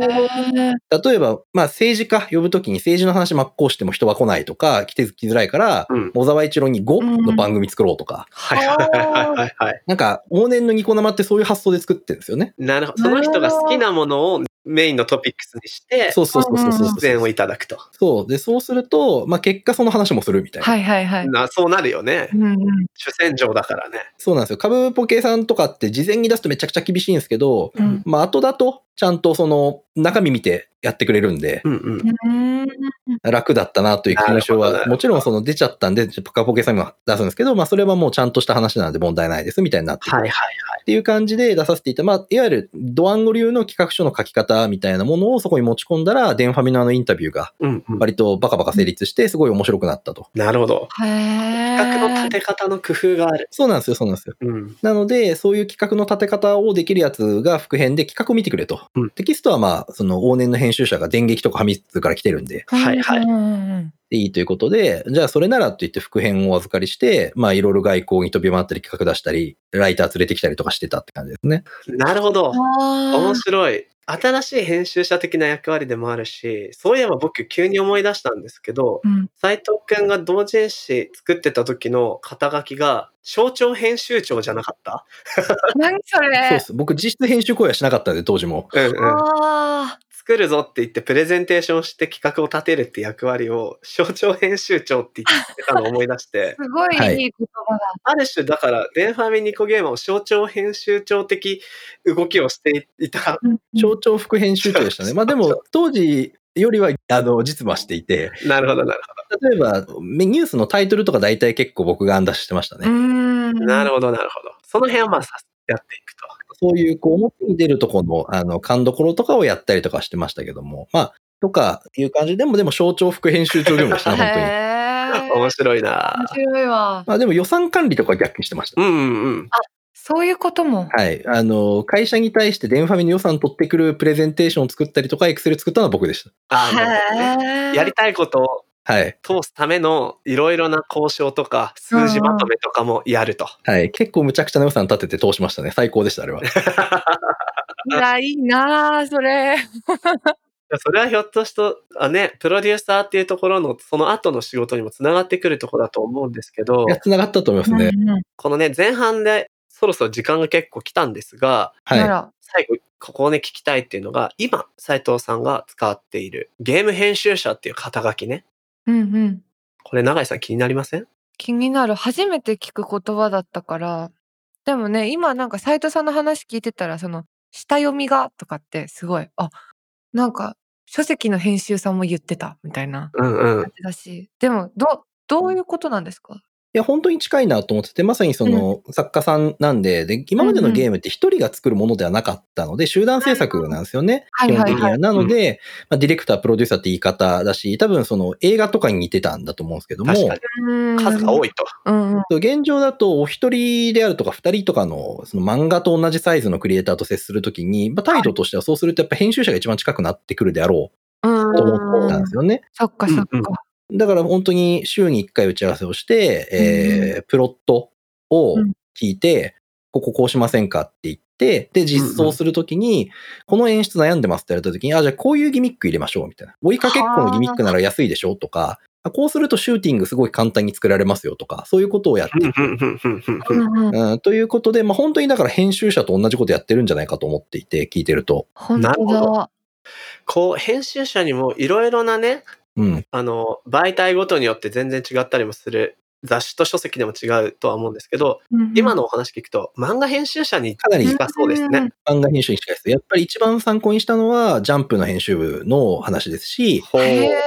Speaker 3: 例えば、まあ政治家呼ぶときに政治の話真っ向しても人は来ないとか、来てきづらいから、
Speaker 1: うん。
Speaker 3: 小沢一郎に5の番組作ろうとか、
Speaker 1: はいはいはいはいはい。
Speaker 3: なんか往年のニコ生ってそういう発想で作ってるんですよね。
Speaker 1: なるほど。その人が好きなものをメインのトピックスにして、
Speaker 3: そうそうそうそうそうそう
Speaker 1: 出演をいただくと。
Speaker 3: そう。で、そうすると、まあ結果その話もするみたいな。
Speaker 2: はいはいはい。
Speaker 1: なそうなるよね
Speaker 2: う。んうん
Speaker 1: 主戦場だからね。
Speaker 3: そうなんですよ。株ポケさんとかって事前に出すとめちゃくちゃ厳しいんですけど、
Speaker 2: うん
Speaker 3: まあ後だとちゃんとその中身見てやってくれるんで、
Speaker 1: うんうん。
Speaker 2: うん
Speaker 3: 楽だったなという印象
Speaker 1: なるほ
Speaker 3: は、
Speaker 1: ど
Speaker 3: もちろんその出ちゃったんで、ポカポケさんも出すんですけど、まあそれはもうちゃんとした話なので問題ないですみたいになっていく
Speaker 1: はいはい。
Speaker 3: っていう感じで出させていた、まあいわゆるドワンゴ流の企画書の書き方みたいなものをそこに持ち込んだら、デンファミのあのインタビューが
Speaker 1: うんうん、
Speaker 3: 割とバカバカ成立して、すごい面白くなったと。
Speaker 1: なるほど。
Speaker 2: へえ
Speaker 1: 企画の立て方の工夫がある。
Speaker 3: そうなんですよ、そうなんですよ。
Speaker 1: うん。
Speaker 3: なので、そういう企画の立て方をできるやつが副編で企画を見てくれと。
Speaker 1: うん
Speaker 3: テキストはまあ、その往年の編集者が電撃とかハミツから来てるんで、
Speaker 1: はいはいはい
Speaker 2: うんうんうん
Speaker 3: でいいということで、じゃあそれならって言って副編をお預かりして、まあいろいろ外交に飛び回ったり企画出したり、ライター連れてきたりとかしてたって感じですね。
Speaker 1: なるほど。
Speaker 2: あー
Speaker 1: 面白い。新しい編集者的な役割でもあるし、そういえば僕急に思い出したんですけど、
Speaker 2: うん
Speaker 1: 斉藤くんが同人誌作ってた時の肩書きが、象徴編集長じゃなかった
Speaker 2: 何そ
Speaker 3: そう
Speaker 2: れ
Speaker 3: です。僕実質編集行為はしなかったんで、当時も。
Speaker 1: うんうん。
Speaker 2: あ
Speaker 1: 作るぞって言ってプレゼンテーションして企画を立てるって役割を象徴編集長って言ってたのを思い出し
Speaker 2: ー
Speaker 1: て、
Speaker 2: すごいいい
Speaker 3: はい
Speaker 2: 言葉だ。
Speaker 1: ある種だから、デンファミニコゲーマーを象徴編集長的動きをしていた。
Speaker 2: うん
Speaker 3: 象徴副編集長 でしたね。まあでも当時よりは、あの、実務はしていて、
Speaker 1: なるほど、なる
Speaker 3: 例えばニュースのタイトルとか大体結構僕が案出ししてましたね。
Speaker 2: うん
Speaker 1: ほど。なるほど、なるほど。その辺はまあ、さやっていくと。
Speaker 3: そういう、こう、表に出るとこの、あの、勘どころとかをやったりとかしてましたけども、まあ、とか、いう感じでも、でも、象徴副編集長業務 でしたね、本当に。
Speaker 2: へー
Speaker 1: 面白いな
Speaker 2: 面白いわ。
Speaker 3: まあ、でも予算管理とかは逆にしてました。
Speaker 1: うんうんうん。
Speaker 2: そういうことも。
Speaker 3: はい。あの、会社に対してデンファミの予算取ってくるプレゼンテーションを作ったりとか、エクセル作ったのは僕でし
Speaker 1: あーなるほどね
Speaker 2: へー
Speaker 1: やりたいことを
Speaker 3: た。はい。
Speaker 1: 通すためのいろいろな交渉とか数字まとめとかもやると。
Speaker 3: はい。結構むちゃくちゃな予算立てて通しましたね。最高でした、あれ は。
Speaker 2: いや、いいなあそれ。
Speaker 1: それはひょっとしてあね、プロデューサーっていうところのその後の仕事にもつながってくるところだと思うんですけど
Speaker 3: い、や、繋がったと思いますね。
Speaker 2: うんうん
Speaker 1: このね、前半でそろそろ時間が結構来たんですが、
Speaker 2: な
Speaker 3: はい。
Speaker 2: ら、
Speaker 1: 最後、ここをね、聞きたいっていうのが、今、斉藤さんが使っているゲーム編集者っていう肩書きね。
Speaker 2: うんうん。
Speaker 1: これ、永井さん気になりません
Speaker 2: 気になる。初めて聞く言葉だったから。でもね、今なんか斉藤さんの話聞いてたら、その、下読みがとかってすごい、あ、なんか、書籍の編集さんも言ってたみたいな
Speaker 1: うんうん。
Speaker 2: 感じだし。でも、ど、どういうことなんですか
Speaker 3: いや、本当に近いなと思ってて、まさにその、作家さんなんで、で、今までのゲームって一人が作るものではなかったので、集団制作なんですよね。
Speaker 2: はい
Speaker 3: 基
Speaker 2: は
Speaker 3: 本
Speaker 2: い
Speaker 3: 的に
Speaker 2: はい。
Speaker 3: は。なので、まあ、ディレクター、プロデューサーって言い方だし、多分その映画とかに似てたんだと思うんですけども、
Speaker 1: 確かに。数が多
Speaker 2: い。
Speaker 1: いと。
Speaker 2: うんうん。
Speaker 3: 現状だとお一人であるとか二人とかのその漫画と同じサイズのクリエイターと接するときに、まあ、態度としてはそうするとやっぱ編集者が一番近くなってくるであろ
Speaker 2: うん
Speaker 3: うと思ったんですよね。
Speaker 2: そっかそっ
Speaker 1: うん
Speaker 2: か。
Speaker 3: だから本当に週に一回打ち合わせをして、えー、プロットを聞いて、こここうしませんかって言って、で、実装するときに、この演出悩んでますってやれたときに、あ、じゃあこういうギミック入れましょうみたいな。追いかけっこのギミックなら安いでしょとか、あこうするとシューティングすごい簡単に作られますよとか、そういうことをやって
Speaker 1: うんうんうんうんうんうん
Speaker 2: うんうん
Speaker 3: うん、ということで、まあ、本当にだから編集者と同じことやってるんじゃないかと思っていて、聞いてると。
Speaker 2: 本
Speaker 1: なる
Speaker 2: 当
Speaker 1: ほど
Speaker 2: だ。
Speaker 1: こう、編集者にもいろいろなね、
Speaker 3: うん。
Speaker 1: あの、媒体ごとによって全然違ったりもする、雑誌と書籍でも違うとは思うんですけど、
Speaker 2: うんうん
Speaker 1: 今のお話聞くと、漫画編集者に
Speaker 3: かなり
Speaker 1: 近そうですね。
Speaker 3: 漫画編集に近いです。やっぱり一番参考にしたのは、ジャンプの編集部の話ですし、
Speaker 1: ほう
Speaker 2: へえ。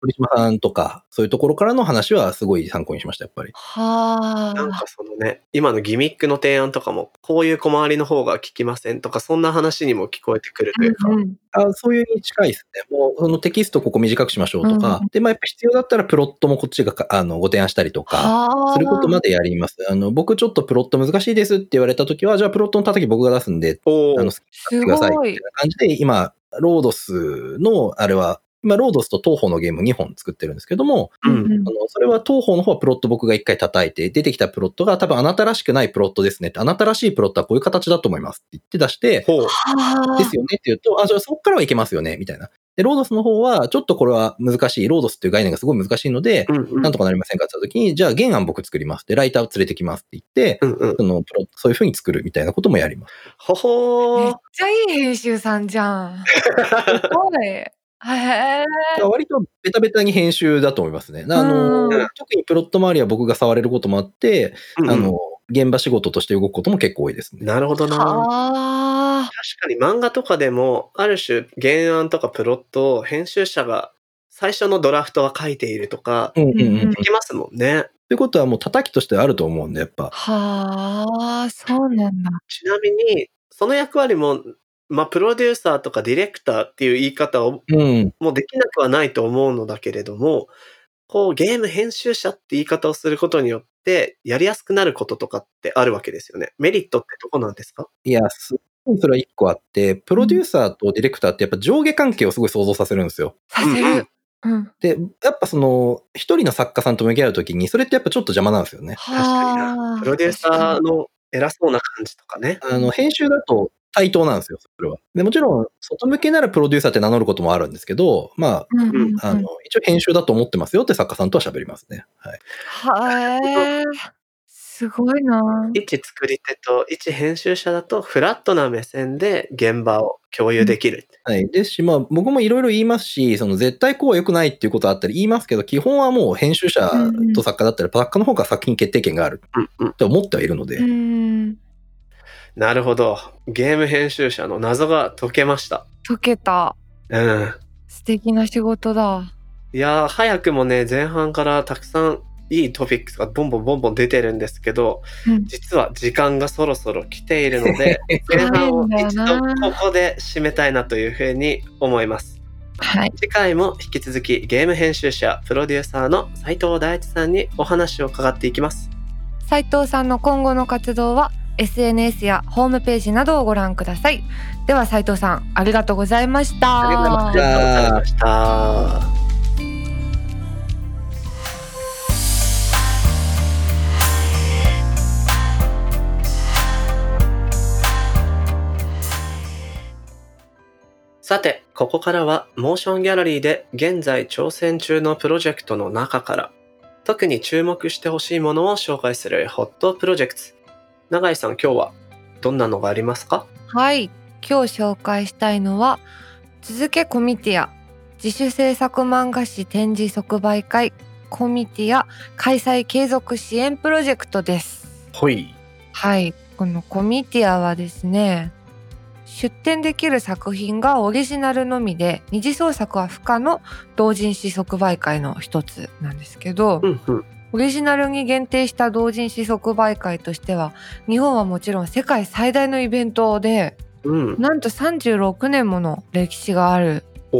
Speaker 3: 鳥島さんとか、そういうところからの話はすごい参考にしました、やっぱり。
Speaker 2: は
Speaker 1: なん
Speaker 2: あ。
Speaker 1: かそのね、今のギミックの提案とかも、こういう小回りの方が効きませんとか、そんな話にも聞こえてくるというか、
Speaker 2: うんうん
Speaker 3: あそういうに近いですね。もう、そのテキストここ短くしましょうとか、
Speaker 2: うん
Speaker 3: で、まあ、やっぱ必要だったらプロットもこっちがかあのご提案したりとか、
Speaker 2: はあ。
Speaker 3: することまでやります。あの、僕ちょっとプロット難しいですって言われたときは、じゃあプロットの叩き僕が出すんで、
Speaker 1: お
Speaker 3: あ
Speaker 1: ー
Speaker 3: の、
Speaker 2: す
Speaker 3: ください
Speaker 2: ご
Speaker 3: みたい
Speaker 2: い。
Speaker 3: な感じで、今、ロードスの、あれは、今、ロードスと東宝のゲーム2本作ってるんですけども、
Speaker 1: う
Speaker 2: うん
Speaker 1: ん、
Speaker 3: あのそれは東宝の方はプロット僕が1回叩いて、出てきたプロットが多分あなたらしくないプロットですねって、あなたらしいプロットはこういう形だと思いますって言って出して、
Speaker 1: ほう。
Speaker 2: はあ。
Speaker 3: ですよねって言うと、あ、じゃあそこからはいけますよね、みたいな。で、ロードスの方は、ちょっとこれは難しい、ロードスっていう概念がすごい難しいので、
Speaker 1: うんうん
Speaker 3: なんとかなりませんかって言った時に、じゃあ原案僕作りますでライターを連れてきますって言って、
Speaker 1: うんうん。
Speaker 3: そのプロそういう風に作るみたいなこともやります。
Speaker 1: ほほ
Speaker 2: めっ
Speaker 1: ー。
Speaker 2: ちゃいい編集さんじゃ ん。すごい。へえ。
Speaker 3: 割とベタベタに編集だと思いますね。あ
Speaker 2: う
Speaker 3: の
Speaker 2: ん、
Speaker 3: 特にプロット周りは僕が触れることもあって、
Speaker 1: うんうん
Speaker 3: あの、現場仕事として動くことも結構多いですね。
Speaker 1: なるほどな。
Speaker 2: はあ。
Speaker 1: 確かに漫画とかでも、ある種原案とかプロットを編集者が最初のドラフトは書いているとか、
Speaker 3: うんうんうん。
Speaker 2: うんうん
Speaker 3: と
Speaker 1: できますもんね。
Speaker 3: いうことはもう叩きとしてあると思うんで、やっぱ。
Speaker 2: はあ。そうなんだ。
Speaker 1: ちなみに、その役割も、まあ、プロデューサーとかディレクターっていう言い方を
Speaker 3: うん。
Speaker 1: もうできなくはないと思うのだけれども、こう、ゲーム編集者って言い方をすることによって、やりやすくなることとかってあるわけですよね。メリットってどこなんですか
Speaker 3: いや、すごいそれは一個あって、プロデューサーとディレクターってやっぱ上下関係をすごい想像させるんですよ。
Speaker 2: させ
Speaker 1: うんうん
Speaker 2: る。うん。
Speaker 3: で、やっぱその、一人の作家さんと向き合うときに、それってやっぱちょっと邪魔なんですよね。
Speaker 1: かにな
Speaker 2: はあ
Speaker 1: プロデューサーの偉そうな感じとかね。
Speaker 3: あの、編集だと対等なんですよ、それは。で、もちろん、外向けならプロデューサーって名乗ることもあるんですけど、ま
Speaker 2: うんうんうん
Speaker 3: あ、あの、一応編集だと思ってますよって作家さんとは喋りますね。はい。
Speaker 2: はえー、すごいな。
Speaker 1: 一作り手と一編集者だとフラットな目線で現場を共有できる。
Speaker 3: はい。ですし、まあ、僕もいろいろ言いますし、その、絶対こうは良くないっていうことはあったり言いますけど、基本はもう編集者と作家だったり、作家の方が作品決定権がある
Speaker 1: うんうん、
Speaker 3: と思ってはいるので、
Speaker 2: うん。
Speaker 1: なるほど。ゲーム編集者の謎が解けました。
Speaker 2: 解けた。
Speaker 1: うん。
Speaker 2: 素敵な仕事だ。
Speaker 1: いやー早くもね前半からたくさんいいトピックスがボンボンボンボン出てるんですけど
Speaker 2: うん
Speaker 1: 実は時間がそろそろ来ているの で前半を一度ここで締めたいなというふうに思います。
Speaker 2: はい。
Speaker 1: 次回も引き続きゲーム編集者プロデューサーの斉藤大地さんにお話を伺っていきます。
Speaker 2: 斉藤さんの今後の活動は SNS やホームページなどをご覧ください。では斉藤さん、ありがとうございました。
Speaker 1: ありがとうございました。さて、ここからはモーションギャラリーで現在挑戦中のプロジェクトの中から、特に注目してほしいものを紹介するホットプロジェクト。永井さん、今日はどんなのがありますか
Speaker 2: はい今日紹介したいのは「続けコミティア」自主制作漫画誌展示即売会コミティア開催継続支援プロジェクトです。
Speaker 1: ほい。
Speaker 2: はいこのコミティアはですね出展できる作品がオリジナルのみで二次創作は不可の同人誌即売会の一つなんですけど、
Speaker 1: うんうん。
Speaker 2: オリジナルに限定した同人誌即売会としては日本はもちろん世界最大のイベントで
Speaker 1: うん。
Speaker 2: なんと36年もの歴史がある
Speaker 1: お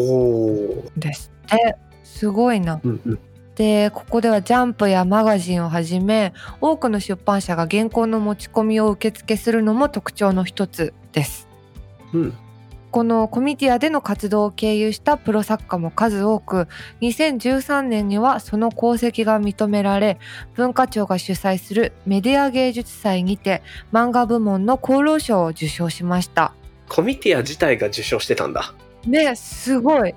Speaker 1: お。
Speaker 2: んですってすごいな。
Speaker 1: うんうん。
Speaker 2: でここではジャンプやマガジンをはじめ多くの出版社が原稿の持ち込みを受付するのも特徴の一つです。
Speaker 1: うん。
Speaker 2: このコミティアでの活動を経由したプロ作家も数多く2013年にはその功績が認められ文化庁が主催するメディア芸術祭にて漫画部門の功労賞を受賞しました。
Speaker 1: コミティア自体が受賞してたんだ。
Speaker 2: ねすごい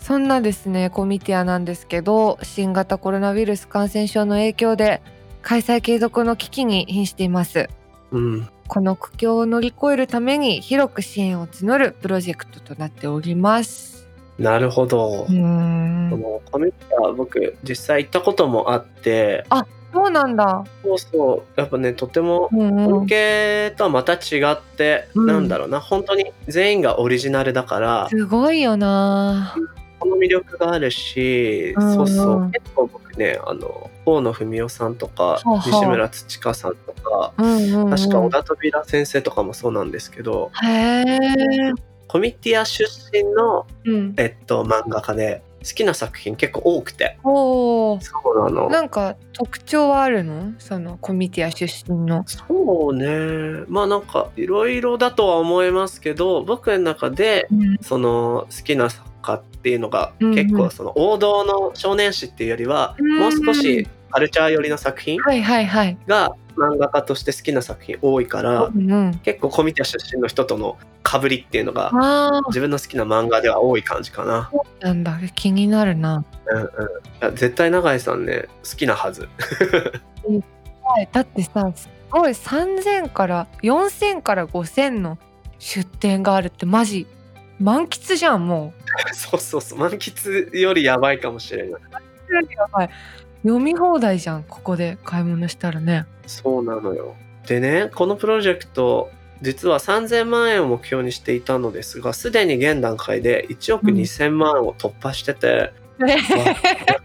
Speaker 2: そんなですねコミティアなんですけど新型コロナウイルス感染症の影響で開催継続の危機に瀕しています
Speaker 1: うん。
Speaker 2: この苦境を乗り越えるために広く支援を募るプロジェクトとなっております
Speaker 1: なるほど。
Speaker 2: うーん
Speaker 1: そのコミティア僕実際行ったこともあって
Speaker 2: そうなんだ
Speaker 1: そうそうやっぱねとても
Speaker 2: うんう
Speaker 1: 本
Speaker 2: ん
Speaker 1: 家とはまた違って、
Speaker 2: うん
Speaker 1: なんだろうな本当に全員がオリジナルだから
Speaker 2: すごいよな
Speaker 1: この魅力があるし、
Speaker 2: うん
Speaker 1: そうそう結構僕ねあの大野文夫さんとか
Speaker 2: はあはあ
Speaker 1: 西村土香さんとか
Speaker 2: うんうん、うん、
Speaker 1: 確か小田扉先生とかもそうなんですけど
Speaker 2: へえ
Speaker 1: コミティア出身の、
Speaker 2: うん
Speaker 1: えっと、漫画家で好きな作品結構多くて
Speaker 2: おー
Speaker 1: そうなの
Speaker 2: なんか特徴はあるのそのコミティア出身の
Speaker 1: そうねまあなんかいろいろだとは思いますけど僕の中で
Speaker 2: うん
Speaker 1: その好きな作家っていうのが
Speaker 2: うんうん
Speaker 1: 結構その王道の少年誌っていうよりは
Speaker 2: うん
Speaker 1: もう少しカルチャー寄りの作品
Speaker 2: はいはいはい
Speaker 1: が漫画家として好きな作品多いから
Speaker 2: うんうん、
Speaker 1: 結構コミティア出身の人とのかぶりっていうのが
Speaker 2: ああ
Speaker 1: 自分の好きな漫画では多い感じかな、
Speaker 2: なんだ気になるな。
Speaker 1: うんうん、いや絶対永井さんね好きなはず
Speaker 2: はい、だってさすごい3,000から4,000から5,000の出店があるってマジ満喫じゃんも。
Speaker 1: そうそうそう満喫よりやばいかもしれないう
Speaker 2: やばい読み放題じゃんここで買い物したらね。
Speaker 1: そうなのよでねこのプロジェクト実は3000万円を目標にしていたのですがすでに現段階で1億
Speaker 2: うん
Speaker 1: 2000万を突破して て、わやっ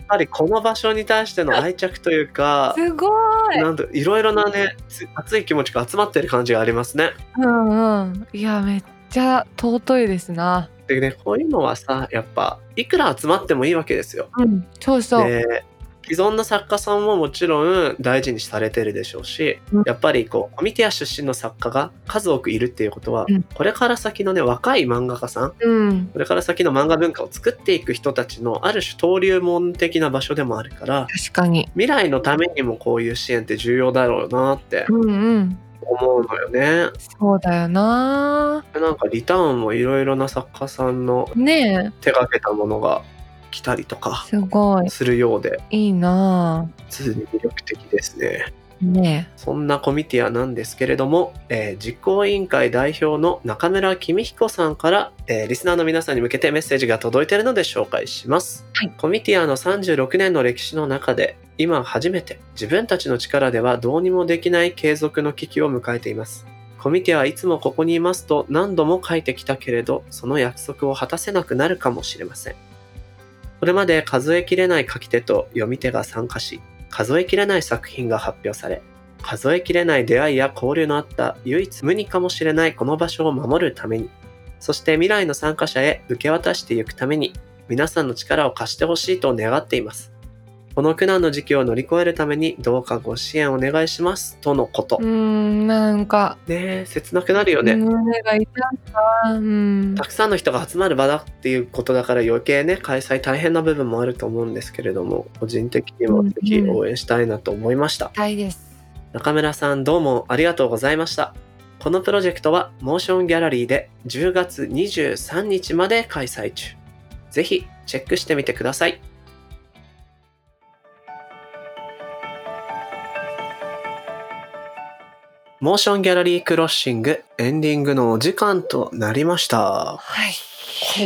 Speaker 1: ぱりこの場所に対しての愛着というか
Speaker 2: すごい。
Speaker 1: なんといろいろなねつ熱い気持ちが集まってる感じがありますね。
Speaker 2: うんうん。いやめっちゃ尊いですな。
Speaker 1: でねこういうのはさやっぱいくら集まってもいいわけですよ。
Speaker 2: うん。そうそう。
Speaker 1: で既存の作家さんももちろん大事にされてるでしょうし
Speaker 2: うん
Speaker 1: やっぱりこうコミティア出身の作家が数多くいるっていうことは
Speaker 2: うん
Speaker 1: これから先のね若い漫画家さん
Speaker 2: うん。
Speaker 1: これから先の漫画文化を作っていく人たちのある種登竜門的な場所でもあるから
Speaker 2: 確かに。
Speaker 1: 未来のためにもこういう支援って重要だろうなって
Speaker 2: うんうん。
Speaker 1: 思うのよね。
Speaker 2: そうだよな
Speaker 1: なんかリターンもいろいろな作家さんの
Speaker 2: ね
Speaker 1: 手がけたものが来たりと
Speaker 2: え、
Speaker 1: か
Speaker 2: すごい。
Speaker 1: するようで
Speaker 2: いいな
Speaker 1: 普通に魅力的ですね。
Speaker 2: ね
Speaker 1: そんなコミティアなんですけれども、えー実行委員会代表の中村公彦さんから、えーリスナーの皆さんに向けてメッセージが届いているので紹介します、
Speaker 2: はい
Speaker 1: コミティアの36年の歴史の中で今初めて自分たちの力ではどうにもできない継続の危機を迎えていますコミティアはいつもここにいますと何度も書いてきたけれどその約束を果たせなくなるかもしれませんこれまで数えきれない書き手と読み手が参加し数えきれない作品が発表され数えきれない出会いや交流のあった唯一無二かもしれないこの場所を守るためにそして未来の参加者へ受け渡していくために皆さんの力を貸してほしいと願っていますこの苦難の時期を乗り越えるためにどうかご支援お願いしますとのこと、
Speaker 2: え。う
Speaker 1: ね
Speaker 2: ん、なんか、
Speaker 1: え切なくなるよね、
Speaker 2: 胸が痛いなうん
Speaker 1: た。くさんの人が集まる場だっていうことだから余計ね開催大変な部分もあると思うんですけれども個人的にもぜひ応援したいなと思いました、
Speaker 2: 痛いです。
Speaker 1: 中村さんどうもありがとうございましたこのプロジェクトはモーションギャラリーで10月23日まで開催中ぜひチェックしてみてくださいモーションギャラリークロッシングエンディングのお時間となりました
Speaker 2: はい。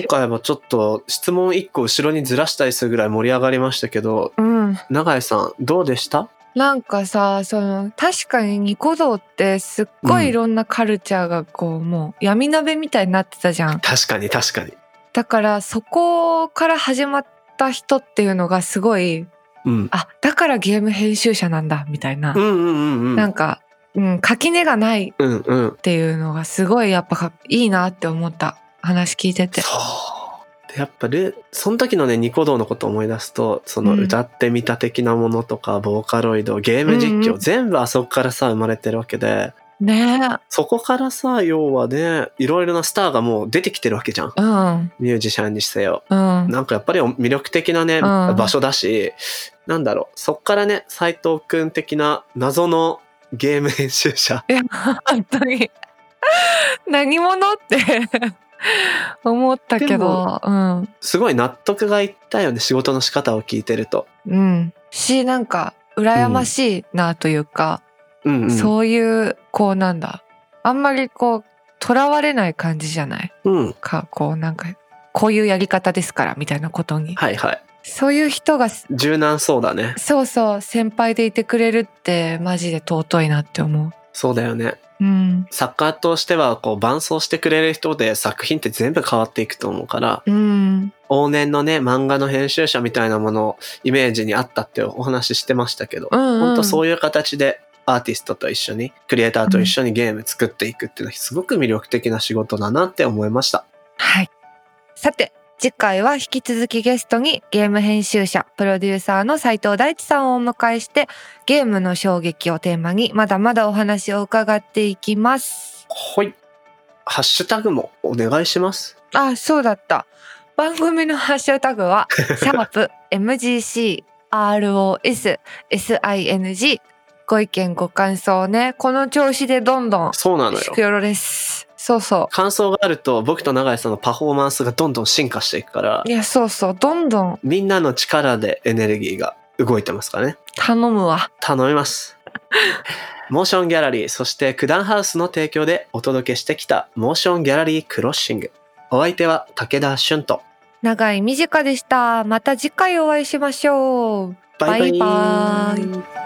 Speaker 1: 今回もちょっと質問1個後ろにずらしたりするぐらい盛り上がりましたけど
Speaker 2: うん。
Speaker 1: 永井さんどうでした
Speaker 2: なんかさ、その、確かにニコ動ってすっごいいろんなカルチャーがこう、もう闇鍋みたいになってたじゃん。
Speaker 1: 確かに確かに
Speaker 2: だからそこから始まった人っていうのがすごい、
Speaker 1: うん
Speaker 2: あ、だからゲーム編集者なんだ、みたいな
Speaker 1: う。んうんうんうん
Speaker 2: なんか、うん、垣根がない
Speaker 1: うんうん
Speaker 2: っていうのがすごいやっぱかいいなって思った。話聞いてて。
Speaker 1: そうでやっぱルその時のねニコ動のことを思い出すとその
Speaker 2: うん
Speaker 1: 歌ってみた的なものとか、ボーカロイドゲーム実況、
Speaker 2: うんうん
Speaker 1: 全部あそこからさ生まれてるわけで
Speaker 2: ね
Speaker 1: そこからさ要はねいろいろなスターがもう出てきてるわけじゃん
Speaker 2: え。うん。
Speaker 1: ミュージシャンにせよ。
Speaker 2: うん。
Speaker 1: なんかやっぱり魅力的なね、
Speaker 2: ん
Speaker 1: 場所だしなんだろうそっからね斎藤くん的な謎のゲーム編集者
Speaker 2: いや、 本当に。何者って 思ったけ
Speaker 1: でも
Speaker 2: ど。うん。
Speaker 1: すごい納得がいったよね仕事の仕方を聞いてると。
Speaker 2: うん。し、なんか、羨ましいなというか、
Speaker 1: うんうん、
Speaker 2: そういう、こうなんだ。あんまりこう、囚われない感じじゃない
Speaker 1: うん
Speaker 2: か、こうなんか、こういうやり方ですから、みたいなことに。
Speaker 1: はいはい
Speaker 2: そういう人が
Speaker 1: 柔軟そうだね
Speaker 2: そうそう先輩でいてくれるってマジで尊いなって思
Speaker 1: そうだよね
Speaker 2: ううん
Speaker 1: 作家としてはこう伴走してくれる人で作品って全部変わっていくと思うから
Speaker 2: うん
Speaker 1: 往年のね漫画の編集者みたいなものをイメージにあったってお話ししてましたけど、
Speaker 2: うんうん
Speaker 1: 本当そういう形でアーティストと一緒にクリエイターと一緒にゲーム作っていくっていうのはすごく魅力的な仕事だなって思いました。
Speaker 2: はいさて次回は引き続きゲストにゲーム編集者プロデューサーの斉藤大地さんをお迎えしてゲームの衝撃をテーマにまだまだお話を伺っていきます
Speaker 1: ほい。ハッシュタグもお願いします。
Speaker 2: あそうだった番組のハッシュタグ はシャープ MGC ROS SING ご意見ご感想ねこの調子でどんどん
Speaker 1: そうなのよ
Speaker 2: シ。クヨロです。そうそ
Speaker 1: 感想があると僕と永井さんのパフォーマンスがどんどん進化していくから
Speaker 2: う。い、や、そうそう。どんどん
Speaker 1: みんなの力でエネルギーが動いてますからね。
Speaker 2: 頼むわ。
Speaker 1: 頼みます。モーションギャラリー、そして九段ハウスの提供でお届けしてきたモーションギャラリークロッシング。お相手は武田俊と。
Speaker 2: 長い短でした。また次回お会いしましょう。バイバーイ
Speaker 1: イ